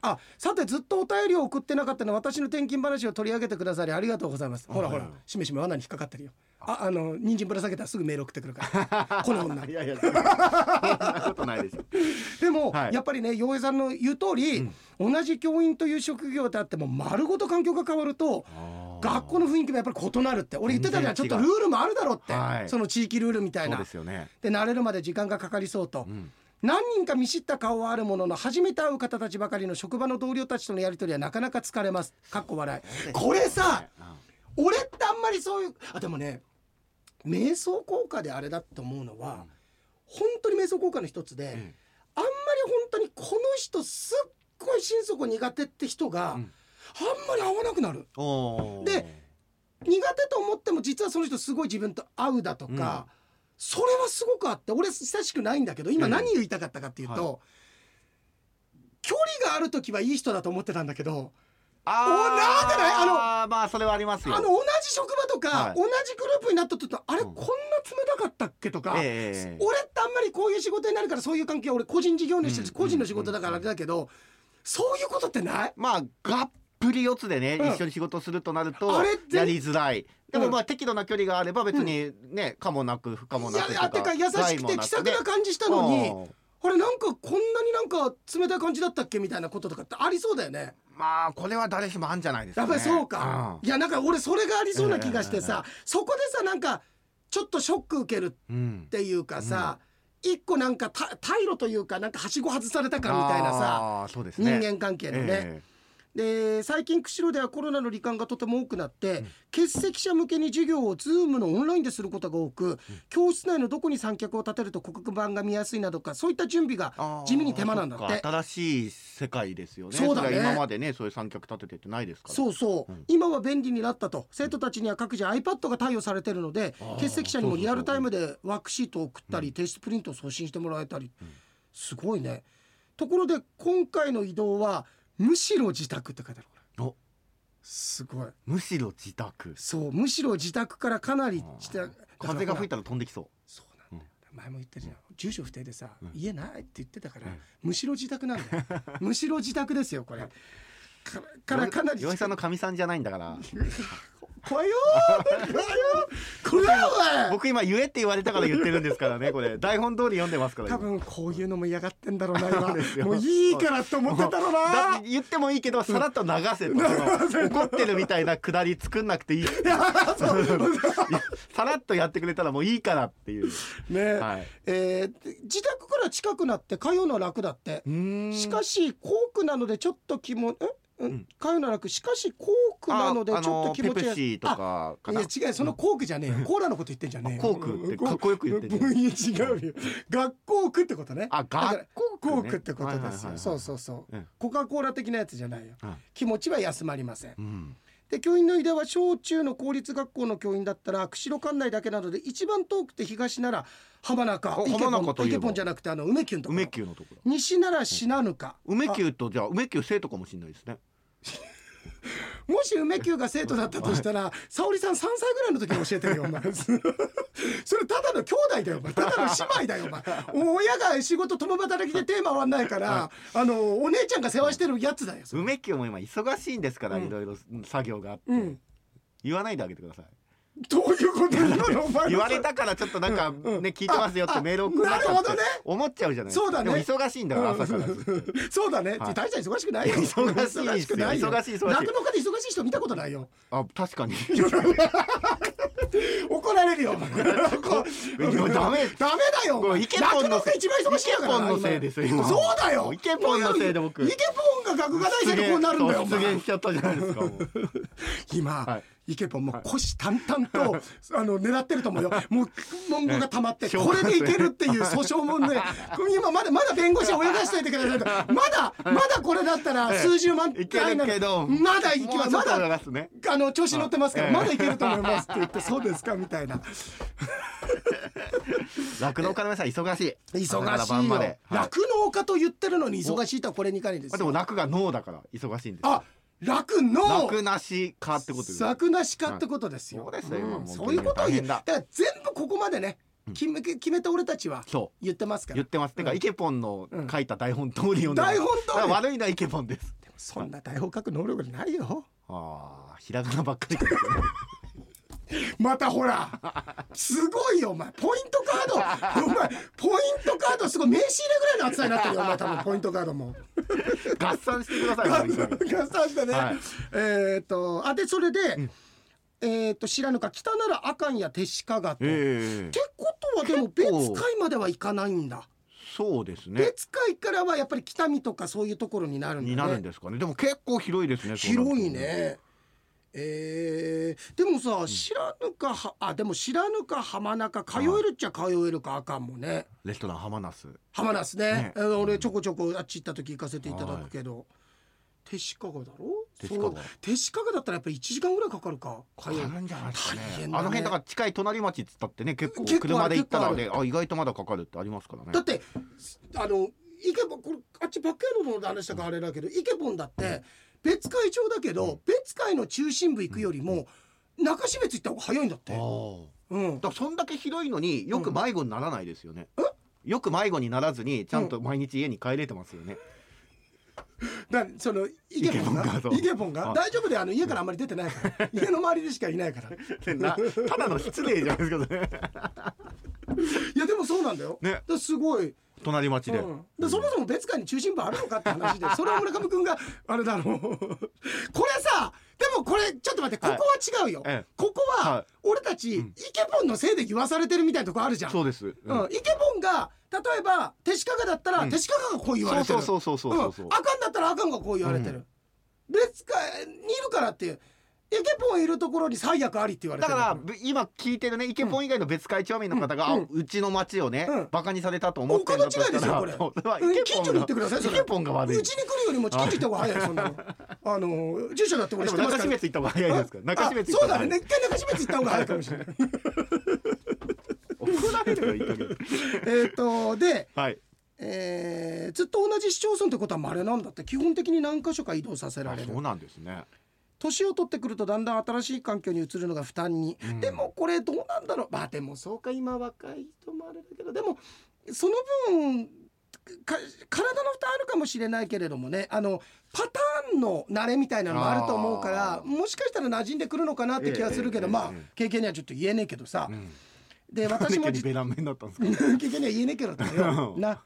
Speaker 1: あ、さてずっとお便りを送ってなかったのは私の転勤話を取り上げてくださりありがとうございます。ほらほら
Speaker 2: はいはい、
Speaker 1: しめしめ罠に引っかかってるよ。あ、あの人参ぶら下げたらすぐメール送ってくるから。 この女
Speaker 2: い。やいやそんなことないです
Speaker 1: でも、
Speaker 2: はい
Speaker 1: やっぱりね、洋平さんの言う通り、同じ教員という職業であっても丸ごと環境が変わると。学校の雰囲気もやっぱり異なるって俺言ってたじゃんちょっ
Speaker 2: 全
Speaker 1: と
Speaker 2: 然違
Speaker 1: ル
Speaker 2: う
Speaker 1: ールもあるだろうって、
Speaker 2: はい
Speaker 1: その地域ルールみたい
Speaker 2: そう
Speaker 1: な
Speaker 2: ですよね
Speaker 1: で慣れるまで時間がかかりそうと、
Speaker 2: ん
Speaker 1: 何人か見知った顔はあるものの初めて会う方たちばかりの職場の同僚たちとのやり取りはなかなか疲れますかっこ笑いこれさ俺ってあんまりそういうあでもね瞑想効果であれだと思うのは、本当に瞑想効果の一つで、
Speaker 2: え
Speaker 1: あんまり本当にこの人すっごい心底苦手って人が、
Speaker 2: うん
Speaker 1: あんまり合わなくなる
Speaker 2: おー
Speaker 1: で苦手と思っても実はその人すごい自分と合うだとか、それはすごくあって俺親しくないんだけど今
Speaker 2: ええ
Speaker 1: 何言いたかったかっていうと、
Speaker 2: は
Speaker 1: 距離がある時はいい人だと思ってたんだけど
Speaker 2: あ
Speaker 1: おなんでないあの
Speaker 2: あまあそれはあります
Speaker 1: あ
Speaker 2: よ
Speaker 1: の同じ職場とか、
Speaker 2: はい
Speaker 1: 同じグループになった時とあれ、
Speaker 2: うん
Speaker 1: こんな冷たかったっけとか、
Speaker 2: ええ
Speaker 1: 俺ってあんまりこういう仕事になるからそういう関係は俺個人事業主として
Speaker 2: うん
Speaker 1: 個人の仕事だからあれだけど、そういうことってない
Speaker 2: まあがっぷり四つでね、
Speaker 1: うん
Speaker 2: 一緒に仕事するとなると
Speaker 1: あれ全
Speaker 2: やりづらいでも
Speaker 1: うん
Speaker 2: まあ適度な距離があれば別にね、可もなく不可も
Speaker 1: い
Speaker 2: なくと
Speaker 1: やあてか優し
Speaker 2: 害
Speaker 1: く
Speaker 2: も
Speaker 1: て
Speaker 2: く
Speaker 1: 気さくな
Speaker 2: ね
Speaker 1: 感じしたのに。
Speaker 2: うん
Speaker 1: あれなんかこんなになんか冷たい感じだったっけみたいなこととかってありそうだよね
Speaker 2: まあこれは誰しもあんじゃないですか、
Speaker 1: やっ
Speaker 2: ね、
Speaker 1: ぱりそうか、いやなんか俺それがありそうな気がしてさ、そこでさなんかちょっとショック受ける
Speaker 2: うん、うん
Speaker 1: っていうかさ、一個なんかた退路というかなんかはしご外されたかみたいなさ
Speaker 2: あーそうです
Speaker 1: 人
Speaker 2: ね
Speaker 1: 間関係のね、
Speaker 2: え
Speaker 1: で最近釧路ではコロナの罹患がとても多くなって、
Speaker 2: うん
Speaker 1: 欠席者向けに授業を Zoom のオンラインですることが多く、教室内のどこに三脚を立てると黒板が見やすいなどかそういった準備が
Speaker 2: えあー
Speaker 1: 地味に手間なんだって
Speaker 2: そか新しい世界ですよね
Speaker 1: そうだね
Speaker 2: れは今までねそういう三脚立ててってないですから
Speaker 1: そうそう、
Speaker 2: うん
Speaker 1: 今は便利になったと生徒たちには各自 iPad が対応されているので
Speaker 2: あー
Speaker 1: 欠席者にも
Speaker 2: そうそう
Speaker 1: リ
Speaker 2: そう
Speaker 1: アルタイムでワークシートを送ったり提出プリントを送信してもらえたり、
Speaker 2: うん
Speaker 1: すごいねところで今回の移動はむしろ自宅って書いてあるこれ
Speaker 2: お
Speaker 1: すごい
Speaker 2: むしろ自宅
Speaker 1: そうむしろ自宅からかなり自
Speaker 2: あー
Speaker 1: 宅
Speaker 2: 風が吹い
Speaker 1: た
Speaker 2: たら飛んできそう
Speaker 1: そうなんだよ、前も言ってるじゃん住所不定でさ、
Speaker 2: うん
Speaker 1: 家ないって言ってたから、
Speaker 2: うん
Speaker 1: むしろ自宅なんだ よむしろ自宅ですよこれかからかなり近い
Speaker 2: 岩井さんの神さんじゃないん だから
Speaker 1: 怖いよー怖いよー怖いよおい
Speaker 2: 僕今言えって言われたから言ってるんですからねこれ台本通り読んでますから
Speaker 1: 多
Speaker 2: 今
Speaker 1: 分こういうのも嫌がってんだろうな今
Speaker 2: うですよ
Speaker 1: もういいからって思ってたろう
Speaker 2: だ
Speaker 1: な
Speaker 2: って言ってもいいけどさらっと流せとその怒ってるみたいなくだり作んなくていい さらっとやってくれたらもういいからっていう、
Speaker 1: ね、
Speaker 2: はい、
Speaker 1: えー自宅から近くなって通うのは楽だってしか
Speaker 2: し
Speaker 1: し校区なのでちょっと気もえ、うん
Speaker 2: ん、
Speaker 1: 通うのは楽しかし校区なのでちょっと気持ち
Speaker 2: ペプシーとかか
Speaker 1: いや
Speaker 2: な
Speaker 1: 違うその校区じゃねえよ、コーラのこと言ってんじゃねえよ
Speaker 2: あ校区ってかっこよく言ってんじゃん
Speaker 1: 分野違うよ学校区ってことね
Speaker 2: あ学校区ね
Speaker 1: 校区ってこと
Speaker 2: はい
Speaker 1: で
Speaker 2: はい
Speaker 1: す
Speaker 2: はいは
Speaker 1: よ
Speaker 2: い
Speaker 1: そうそうそう、
Speaker 2: うん
Speaker 1: コカ・コーラ的なやつじゃないよ
Speaker 2: はい
Speaker 1: 気持ちは休まりません
Speaker 2: うん
Speaker 1: で教員の井田は小中の公立学校の教員だったら釧路管内だけなので一番遠くて東なら浜中
Speaker 2: あ
Speaker 1: イケポン
Speaker 2: 浜中といえば
Speaker 1: イケポンじゃなくてあの梅キュンとか
Speaker 2: 梅球のところ
Speaker 1: 西なら信濃か
Speaker 2: 梅球とじゃあ梅球生徒かもしれないですね
Speaker 1: もし梅宮が生徒だったとしたら、沙織さん3歳ぐらいの時に教えてるよ、お前。 それただの兄弟だよ、お前。ただの姉妹だよ、お前。親が仕事共働きでテーマ終わんないから、あの、お姉ちゃんが世話してるやつだよ、それ
Speaker 2: 梅球も今忙しいんですから、
Speaker 1: うん
Speaker 2: いろいろ作業があって、
Speaker 1: うん
Speaker 2: 言わないであげてください
Speaker 1: どういうことなの、お前。
Speaker 2: 言われたからちょっとなんかね、聞いてますよってメール送られた
Speaker 1: あなるほ
Speaker 2: っ
Speaker 1: ど
Speaker 2: て
Speaker 1: ね
Speaker 2: 思っちゃうじゃないですか
Speaker 1: そうだね
Speaker 2: でも忙しいんだから朝からずっ と、
Speaker 1: そうだね。
Speaker 2: はい
Speaker 1: 大した忙しくないよ。
Speaker 2: いや 忙しいですよ
Speaker 1: 忙しくないよ。
Speaker 2: 忙しい忙しい
Speaker 1: 落語家で忙しい人見たことないよ。
Speaker 2: あ確かに
Speaker 1: 怒られ るよ、お前。
Speaker 2: いやダメ
Speaker 1: ダメだよ。お前
Speaker 2: イケポンのせ
Speaker 1: 落語
Speaker 2: い
Speaker 1: 家一番忙しいやからな
Speaker 2: イケポンのせいですよ
Speaker 1: 今
Speaker 2: 今
Speaker 1: そうだよ。
Speaker 2: イケポンのせいで僕
Speaker 1: イケポンが学が大生でこうなるんだよ。お
Speaker 2: 出
Speaker 1: 前
Speaker 2: 現しちゃったじゃないですかもう
Speaker 1: 今、
Speaker 2: はい
Speaker 1: イケポンもう虎視眈々と、 あの狙ってると思うよ。もう文言が溜まって、
Speaker 2: しょう
Speaker 1: こ
Speaker 2: が
Speaker 1: れ
Speaker 2: ない
Speaker 1: でいけるっていう訴訟も ね、今まだまだ弁護士は泳がしといてくださいと。まだまだこれだったら数十万
Speaker 2: いけるけど
Speaker 1: まだいきま
Speaker 2: もう
Speaker 1: す。
Speaker 2: ちょ
Speaker 1: ま
Speaker 2: っと
Speaker 1: だ
Speaker 2: 流すね
Speaker 1: あの調子乗ってますから、
Speaker 2: はい
Speaker 1: まだいけると思いますって言って、そうですかみたいな。
Speaker 2: 酪農家の皆さん忙しい朝から
Speaker 1: 忙し
Speaker 2: 晩
Speaker 1: い
Speaker 2: ま
Speaker 1: よ
Speaker 2: で、。はい
Speaker 1: 酪農家と言ってるのに忙しいとはこれにかねです
Speaker 2: まあ、で
Speaker 1: よ。
Speaker 2: も酪が脳だから忙しいんです
Speaker 1: あ、酪農。
Speaker 2: 酪なしかってことです
Speaker 1: 作なしかってことですよ。
Speaker 2: はいそうですよ
Speaker 1: ん
Speaker 2: もう
Speaker 1: そういうことを言う。
Speaker 2: 大変
Speaker 1: だ
Speaker 2: だ
Speaker 1: から全部ここまでね、決め決めた俺たちは
Speaker 2: そ
Speaker 1: 言ってますか
Speaker 2: う
Speaker 1: ら
Speaker 2: 言っ。てますてか、
Speaker 1: うん
Speaker 2: イケポンの書いた台本通り読んでます
Speaker 1: 台本
Speaker 2: だから
Speaker 1: 通
Speaker 2: 悪いなイケポンです
Speaker 1: り。そんな台本書く能力ない よ。
Speaker 2: ああひらがなばっかり書いてる
Speaker 1: またほら、すごいよお前。ポイントカ ード、お前ポイントカードすごい名刺入れぐらいの厚さになってるよお前 多分ポイントカードも。
Speaker 2: 合算してください
Speaker 1: ガ
Speaker 2: 本当に
Speaker 1: スタンだね。
Speaker 2: はい
Speaker 1: えっとあでそれで、えっと知らぬか北なら阿寒や手鹿がと。
Speaker 2: ええ
Speaker 1: ってことはでも別
Speaker 2: 結構
Speaker 1: 海まではいかないんだ。
Speaker 2: そうですね
Speaker 1: 別海からはやっぱり北見とかそういうところになるんだね。
Speaker 2: になるんですかねでも結構広いですね
Speaker 1: 広いね。えー、でもさ、知らぬかはあでも知らぬか浜中通えるっちゃ通えるかあかんもんね
Speaker 2: レストラン浜那須
Speaker 1: 浜那須ね
Speaker 2: ね
Speaker 1: えー俺ちょこちょこあっち行った時行かせていただくけど、手鹿がだろ
Speaker 2: 手
Speaker 1: そ
Speaker 2: 鹿が
Speaker 1: う手鹿がだったらやっぱり1時間ぐらいかかるか通
Speaker 2: か
Speaker 1: う
Speaker 2: かるんじゃないですかね
Speaker 1: 大変だね
Speaker 2: あの辺だから近い隣町っつったってね結構
Speaker 1: 結構
Speaker 2: 車で行ったら
Speaker 1: 結
Speaker 2: ねあ意外とまだかかるってありますからね
Speaker 1: だってあのイケボンこれあっちバックヤードの話だからあれだけどイケボンだって別海町だけど別海の中心部行くよりも中標津行った方が早いんだっ
Speaker 2: あ
Speaker 1: て。
Speaker 2: ー
Speaker 1: うん
Speaker 2: だからそんだけ広いのによく迷子にならないですよね、よく迷子にならずにちゃんと毎日家に帰れてま すよね、
Speaker 1: だそのイケボンが
Speaker 2: イケボンがそう
Speaker 1: イケボンが
Speaker 2: あ
Speaker 1: 大丈夫であの家からあんまり出てないから 家の周りでしかいないから
Speaker 2: なただの失礼じゃないですかね
Speaker 1: いやでもそうなんだよ、
Speaker 2: ね
Speaker 1: だからすごい、
Speaker 2: 隣町で、
Speaker 1: うんでそもそも別館に中心部あるのかって話 でそれは村上君があれだろうこれさでもこれちょっと待ってここは違うよ、
Speaker 2: ええ
Speaker 1: ここは
Speaker 2: は
Speaker 1: 俺たち、イケボンのせいで言わされてるみたいなとこあるじゃん
Speaker 2: そうです、うん
Speaker 1: うん、イケボンが例えば手シカガだったら、
Speaker 2: うん
Speaker 1: 手シカガがこう言われて
Speaker 2: そ
Speaker 1: る
Speaker 2: うそうそうそうそうそう
Speaker 1: うん、あかんだったらあかんがこう言われてる、別かにいるからっていうイケボンいるところに最悪ありって言われ
Speaker 2: だ
Speaker 1: てる
Speaker 2: からぶ今聞いてるねイケポン以外の別会長民の方が、
Speaker 1: うん
Speaker 2: あうちの町をね、
Speaker 1: うん
Speaker 2: バカにされたと思ってるんだとしたら
Speaker 1: お門違いですよこれ
Speaker 2: そうは
Speaker 1: うん
Speaker 2: イケポ
Speaker 1: 近
Speaker 2: ン
Speaker 1: 所に行ってくださいそれ
Speaker 2: イケポンが悪いう
Speaker 1: ちに来るよりも近所行った方が早いよそん なのあの住所だって俺
Speaker 2: で
Speaker 1: 知っ
Speaker 2: も
Speaker 1: てますか
Speaker 2: 中
Speaker 1: ら
Speaker 2: 標津行った方が早いですから中標津
Speaker 1: あ
Speaker 2: 行
Speaker 1: そ
Speaker 2: っ
Speaker 1: う
Speaker 2: た
Speaker 1: だ
Speaker 2: 方が
Speaker 1: ね
Speaker 2: 早
Speaker 1: 一回
Speaker 2: い
Speaker 1: 中標津行った方が早いかもしれない
Speaker 2: 怒られるよ言っとく
Speaker 1: えっとで
Speaker 2: はい
Speaker 1: えーずっと同じ市町村ってことは稀なんだって基本的に何箇所か移動させら
Speaker 2: あ
Speaker 1: れる
Speaker 2: そうなんですね
Speaker 1: 年を取ってくるとだんだん新しい環境に移るのが負担に、
Speaker 2: うん
Speaker 1: でもこれどうなんだろうまあでもそうか今若い人もあれだけどでもその分か体の負担あるかもしれないけれどもねあのパターンの慣れみたいなのもあると思うから
Speaker 2: あー
Speaker 1: もしかしたら馴染んでくるのかなって気がするけど、
Speaker 2: ええええ
Speaker 1: まあ
Speaker 2: ええ
Speaker 1: 経験にはちょっと言えねえけどさ、
Speaker 2: うん
Speaker 1: で私
Speaker 2: な
Speaker 1: も
Speaker 2: んで急に
Speaker 1: 実
Speaker 2: ベランメになったんです か
Speaker 1: 経験には言えねえけどだよな。
Speaker 2: はい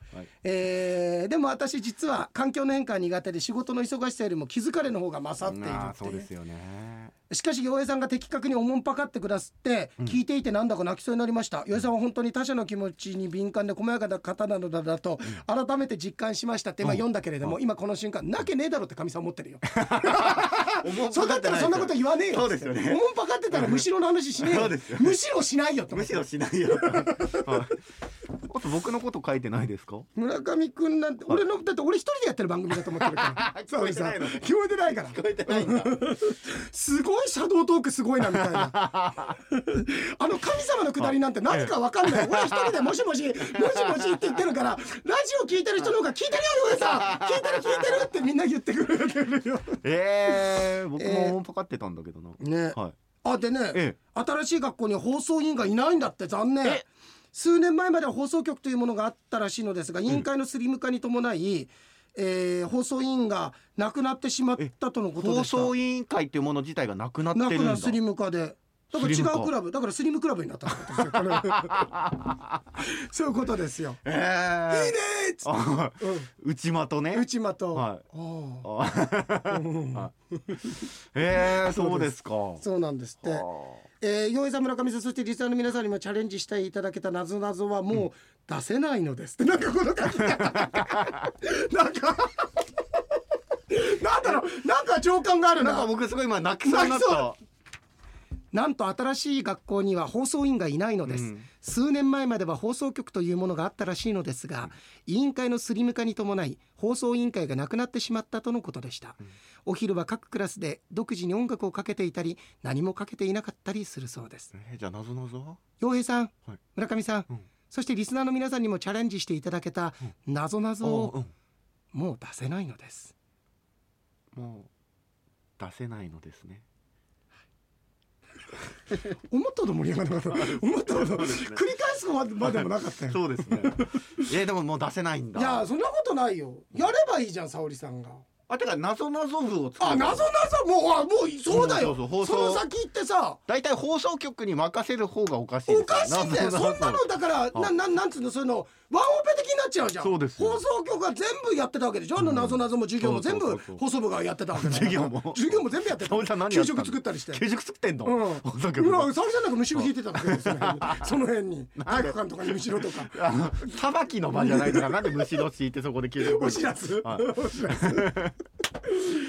Speaker 1: えーでも私実は環境の変化は苦手で仕事の忙しさよりも気づかれの方が勝っている
Speaker 2: あー
Speaker 1: ってい
Speaker 2: そう
Speaker 1: う
Speaker 2: ですよね
Speaker 1: しかし洋平さんが的確におもんぱかってくだすって、聞いていてなんだか泣きそうになりました洋平さんは本当に他者の気持ちに敏感で細やかな方なのだなと、改めて実感しましたって今読んだけれども、今この瞬間なけねえだろってかみさん思って るよそうだったらそんなこと言わねえよ
Speaker 2: そうですよね
Speaker 1: おもんぱかってたらむしろの話しねえよ
Speaker 2: そうですよ
Speaker 1: むしろしないよって
Speaker 2: むしろしないよあと僕のこと書いてないですか
Speaker 1: 村上くんなんて俺のだって俺一人でやってる番組だと思ってるから
Speaker 2: 聞こえてないの
Speaker 1: そうさ聞こえてないから
Speaker 2: 書いてないんだ
Speaker 1: すごいシャドートークすごいなみたい なあの神様のくだりなんて何かわかん ない俺一人でもしもしもしもしって言ってるからラジオ聞いてる人の方が聞いてるよ上さん聞いてる聞いてるってみんな言ってくれるよ
Speaker 2: えー、僕も音パかってたんだけどな、
Speaker 1: ね
Speaker 2: はい
Speaker 1: あでね、
Speaker 2: え
Speaker 1: 新しい学校に放送委員がいないんだって残念
Speaker 2: え
Speaker 1: 数年前までは放送局というものがあったらしいのですが委員会のスリム化に伴い、えー放送委員がなくなってしまったとのこと
Speaker 2: 放
Speaker 1: でした
Speaker 2: 送委員会っていうもの自体がなくなってる
Speaker 1: なん
Speaker 2: だ
Speaker 1: くなスリム化で。だから違
Speaker 2: スリム化
Speaker 1: うクラブだからスリムクラブになったってことですよこ れそういうことですよ。い
Speaker 2: え
Speaker 1: い
Speaker 2: ー、
Speaker 1: ねーっつっ
Speaker 2: あ
Speaker 1: て、
Speaker 2: 内的
Speaker 1: うん、
Speaker 2: ね
Speaker 1: 内間と、
Speaker 2: はい
Speaker 1: ああ
Speaker 2: あえー、そうですか
Speaker 1: そうなんですって。えー、洋井さん村上さんそしてリスナーの皆さんにもチャレンジしていただけた謎謎はもう出せないのですって、なんかこの書き方 なんかなんだろうなんか情感がある
Speaker 2: なん
Speaker 1: な
Speaker 2: か僕すごい今泣きそうになっ
Speaker 1: 泣きそ
Speaker 2: た
Speaker 1: なんと新しい学校には放送委員がいないのです、
Speaker 2: うん
Speaker 1: 数年前までは放送局というものがあったらしいのですが、委員会のスリム化に伴い放送委員会がなくなってしまったとのことでした、お昼は各クラスで独自に音楽をかけていたり何もかけていなかったりするそうです
Speaker 2: えー、じゃあ謎謎
Speaker 1: 洋平さん、
Speaker 2: はい
Speaker 1: 村上さん、
Speaker 2: うん
Speaker 1: そしてリスナーの皆さんにもチャレンジしていただけた謎々
Speaker 2: う
Speaker 1: を
Speaker 2: ん
Speaker 1: もう出せないのです
Speaker 2: もう出せないのですね
Speaker 1: 思ったほど盛り上がらなかった思ったほど
Speaker 2: そうですね
Speaker 1: 繰り返すまでもなかったよ
Speaker 2: そうです ねえー、でももう出せないんだ
Speaker 1: いやそんなことないよやればいいじゃん沙織さんが
Speaker 2: あてか謎謎部を作る
Speaker 1: あ謎なぞもうあもうそうだよ、
Speaker 2: うんそうそう放送
Speaker 1: の先行ってさ
Speaker 2: 大体放送局に任せる方がおかしいです
Speaker 1: おかしいん だよ
Speaker 2: 謎
Speaker 1: そ
Speaker 2: 々
Speaker 1: んなのだからなななんつうのそういうのワンオペ的になっちゃうじゃん
Speaker 2: そうですよ
Speaker 1: 放送局が全部やってたわけでしょ、あの謎なぞも授業も全
Speaker 2: そうそ
Speaker 1: 部
Speaker 2: うそうそう
Speaker 1: 放送部がやってたわけだから
Speaker 2: 授業も
Speaker 1: 授業も全部やって
Speaker 2: 沙織さん何
Speaker 1: た
Speaker 2: やった
Speaker 1: 給
Speaker 2: の
Speaker 1: 食作ったりして
Speaker 2: 給食作ってんの、
Speaker 1: うん
Speaker 2: 放送局
Speaker 1: う
Speaker 2: の
Speaker 1: わ沙織さんなんか虫を引いて たんだけどその辺にその辺に体育館とかに虫のとか
Speaker 2: あの裁きの場じゃないからなんでむしろ敷いて そこで給食
Speaker 1: お知らず、
Speaker 2: はい
Speaker 1: お知らず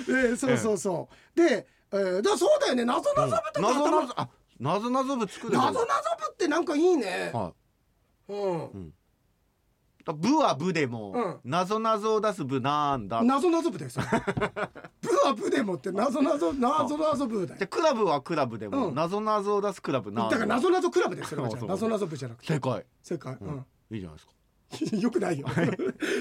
Speaker 1: えーそうそうそう、でえー、だからそうだよね謎謎部とか
Speaker 2: なぞ
Speaker 1: 頭、
Speaker 2: なぞあなぞなぞ部作る
Speaker 1: 謎謎部ってなんかいいね、
Speaker 2: は
Speaker 1: うん
Speaker 2: いだ部は部でも、
Speaker 1: うん
Speaker 2: なぞなぞを出す部なんだじゃ
Speaker 1: 謎謎部です よ部は部でもって謎謎謎謎部だよ
Speaker 2: あクラブはクラブでも、
Speaker 1: うん
Speaker 2: なぞなぞを出すクラブなん
Speaker 1: だから謎謎クラブですよ
Speaker 2: あ
Speaker 1: ロバちゃん
Speaker 2: そう
Speaker 1: 謎謎部じゃなくて
Speaker 2: 正解
Speaker 1: 正解、うん
Speaker 2: いいじゃないですか
Speaker 1: よくないよ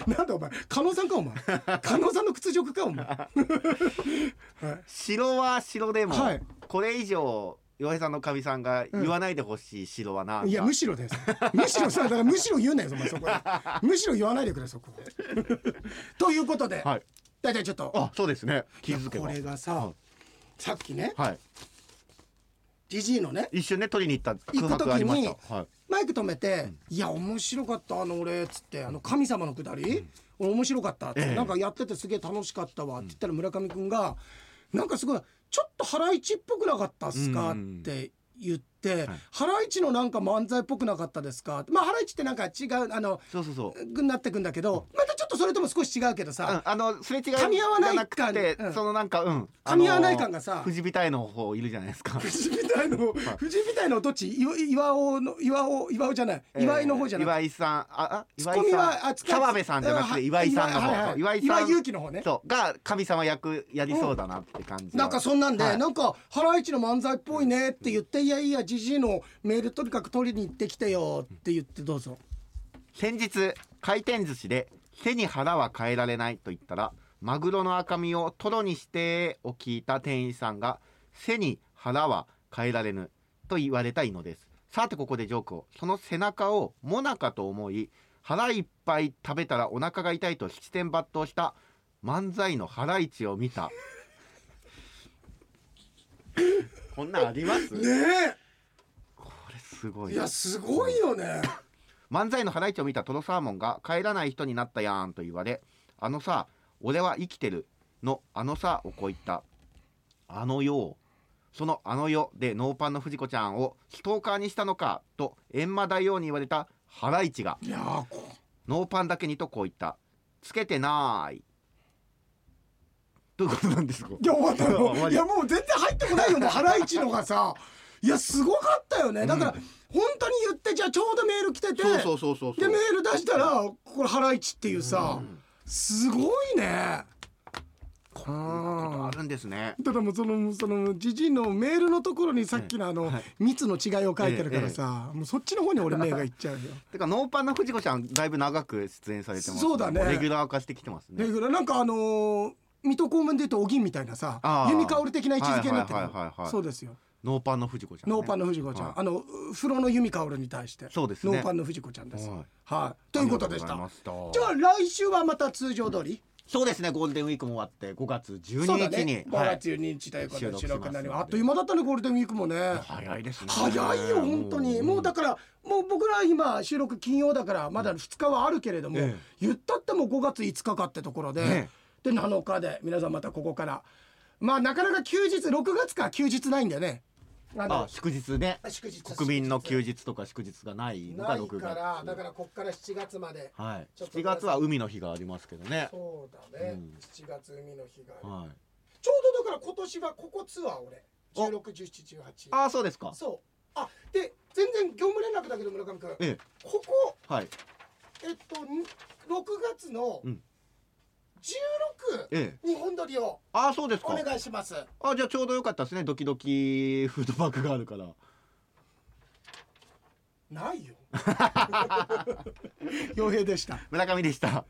Speaker 1: なんだお前加納さんかお前加納さんの屈辱か お前はい
Speaker 2: 城は城でも、
Speaker 1: はい
Speaker 2: これ以上岩井さんのかみさんが言わないでほしい城はなんだ、
Speaker 1: いやむしろですむしろさだからむしろ言うなよお前 そこでむしろ言わないでくれそこということで、
Speaker 2: はい
Speaker 1: 大体ちょっと
Speaker 2: あそうですね気づけば
Speaker 1: これがさ、
Speaker 2: はい
Speaker 1: さっきね
Speaker 2: はい
Speaker 1: ジジイのね
Speaker 2: 一瞬ね取りに行った空
Speaker 1: 行く時
Speaker 2: 白
Speaker 1: に
Speaker 2: ありましたはい
Speaker 1: マイク止めて「いや面白かったあの俺」っつって「あの神様のくだり、俺面白かった」って、
Speaker 2: ええ
Speaker 1: なんかやっててすげえ楽しかったわ」って言ったら村上くんが「なんかすごいちょっとハライチっぽくなかったっすか?」
Speaker 2: うんうんうん
Speaker 1: って言って
Speaker 2: はい
Speaker 1: 「ハライチのなんか漫才っぽくなかったですか?」まあハライチってなんか違うあの
Speaker 2: そうそうそう
Speaker 1: ぐなってくんだけどまたちょっとそれとも少し違うけど
Speaker 2: うん
Speaker 1: さ、
Speaker 2: あのすれ違いじ
Speaker 1: 噛み合わない
Speaker 2: ゃなくて、
Speaker 1: 感うん
Speaker 2: そのなんかうん
Speaker 1: 噛み合わない感がさ
Speaker 2: 藤たいの方いるじゃないですか
Speaker 1: 藤みたいの藤みたいのどっち岩岩尾の岩尾岩尾じゃない岩井の方じゃなくて
Speaker 2: 岩井さんああ
Speaker 1: ツ
Speaker 2: 岩
Speaker 1: ッ
Speaker 2: 井
Speaker 1: コミは
Speaker 2: さん
Speaker 1: 扱い
Speaker 2: 澤部さんじゃなく
Speaker 1: は
Speaker 2: て
Speaker 1: い
Speaker 2: 岩井さんの方、
Speaker 1: はいはい
Speaker 2: そう岩井
Speaker 1: 岩
Speaker 2: さ
Speaker 1: 井
Speaker 2: ん
Speaker 1: 勇気の方ね
Speaker 2: そうが神様役やりそうだなって感じは、
Speaker 1: なんかそんなんで、
Speaker 2: はい
Speaker 1: なんか「ハライチの漫才っぽいね」って言って「いやいやじじいのメールとにかく取りに行ってきてよ」って言ってどうぞ
Speaker 2: 先日回転寿司で「背に腹は変えられない」と言ったらマグロの赤身をトロにしてを聞いた店員さんが「背に腹は変えられぬ」と言われたいのですさてここでジョークをその背中をモナカと思い腹いっぱい食べたらお腹が痛いと七点抜刀した漫才のハライチを 見たこんなんあります
Speaker 1: ね
Speaker 2: これすご
Speaker 1: え
Speaker 2: い
Speaker 1: いやすごいよね
Speaker 2: 漫才のハライチを見たトロサーモンが帰らない人になったやんと言われあのさ俺は生きてるのあのさをこう言ったあのよそのあのよでノーパンの藤子ちゃんをストーカーにしたのかと閻魔大王に言われたハライチが
Speaker 1: いやーこ
Speaker 2: ノーパンだけにとこう言ったつけてないどういうことなんですか
Speaker 1: いや終わった
Speaker 2: 終わ
Speaker 1: よ
Speaker 2: り
Speaker 1: いやもう全然入ってこない よもうハライチのがさいやすごかったよねだから、本当に言ってじゃあちょうどメール来てて
Speaker 2: そうそうそうそうそ
Speaker 1: で
Speaker 2: う
Speaker 1: メール出したらこれハライチっていうさ、すごいねこ
Speaker 2: あるんですね
Speaker 1: ただもうそのそのじじいのメールのところにさっきのあの、
Speaker 2: はい
Speaker 1: 密の違いを書いてるからさ、もうそっちの方に俺目がいっちゃう よ。
Speaker 2: てかノーパンの藤子ちゃんだいぶ長く出演されてます
Speaker 1: そうだね
Speaker 2: レギュラー化してきてますね
Speaker 1: だけどなんかあのー水戸黄門でいうとおぎんみたいなさ
Speaker 2: あー
Speaker 1: 弓香織的な位置づけになってる、
Speaker 2: はいはいはいはい
Speaker 1: そうですよ
Speaker 2: ノーパンの藤子ちゃん、ね。
Speaker 1: ノーパンの藤子ちゃん、
Speaker 2: はい
Speaker 1: あの風呂の弓香織に対して
Speaker 2: そうですね
Speaker 1: ノーパンの藤子ちゃんです。
Speaker 2: は
Speaker 1: はいい、ということでした
Speaker 2: ありがとうございまし
Speaker 1: じゃあ来週はまた通常通り、
Speaker 2: そうですね。ゴールデンウィークも終わって5月
Speaker 1: そうだ
Speaker 2: 12日に
Speaker 1: ね、5月12日ということ
Speaker 2: 収
Speaker 1: で
Speaker 2: 録
Speaker 1: 収
Speaker 2: します
Speaker 1: 録になりますあっという間だったねゴールデンウィークもね。
Speaker 2: はい、早いですね。
Speaker 1: 早いよ本当にもうだからもう僕ら今収録金曜だからまだ2日はあるけれども、
Speaker 2: ええ
Speaker 1: 言ったっても5月5日かってところで、
Speaker 2: ね
Speaker 1: で7日で皆さんまたここからまあなかなか休日6月か休日ないんだよねあ
Speaker 2: あ祝日ね。
Speaker 1: 祝日
Speaker 2: 国民の休日とか祝日がないの
Speaker 1: な
Speaker 2: が
Speaker 1: い
Speaker 2: 6
Speaker 1: からだ
Speaker 2: 月。
Speaker 1: からこっから7月まで
Speaker 2: はい。
Speaker 1: ちょっと
Speaker 2: 7月は海の日がありますけどね。
Speaker 1: そうだね、
Speaker 2: うん
Speaker 1: 7月海の日がある、
Speaker 2: はい。
Speaker 1: ちょうどだから今年はここツアー俺161718
Speaker 2: ああそうですか。
Speaker 1: そうあで全然業務連絡だけど村上君
Speaker 2: ええ
Speaker 1: ここ
Speaker 2: はい。
Speaker 1: えっと、ん6月の
Speaker 2: うん
Speaker 1: 16、
Speaker 2: ええ。
Speaker 1: 日本撮りを
Speaker 2: ああそうです
Speaker 1: お
Speaker 2: か。
Speaker 1: 願いします。
Speaker 2: あじゃあちょうどよかったですね。ドキドキフードバッグがあるから。
Speaker 1: ないよ。傭兵でした。
Speaker 2: 村上でした。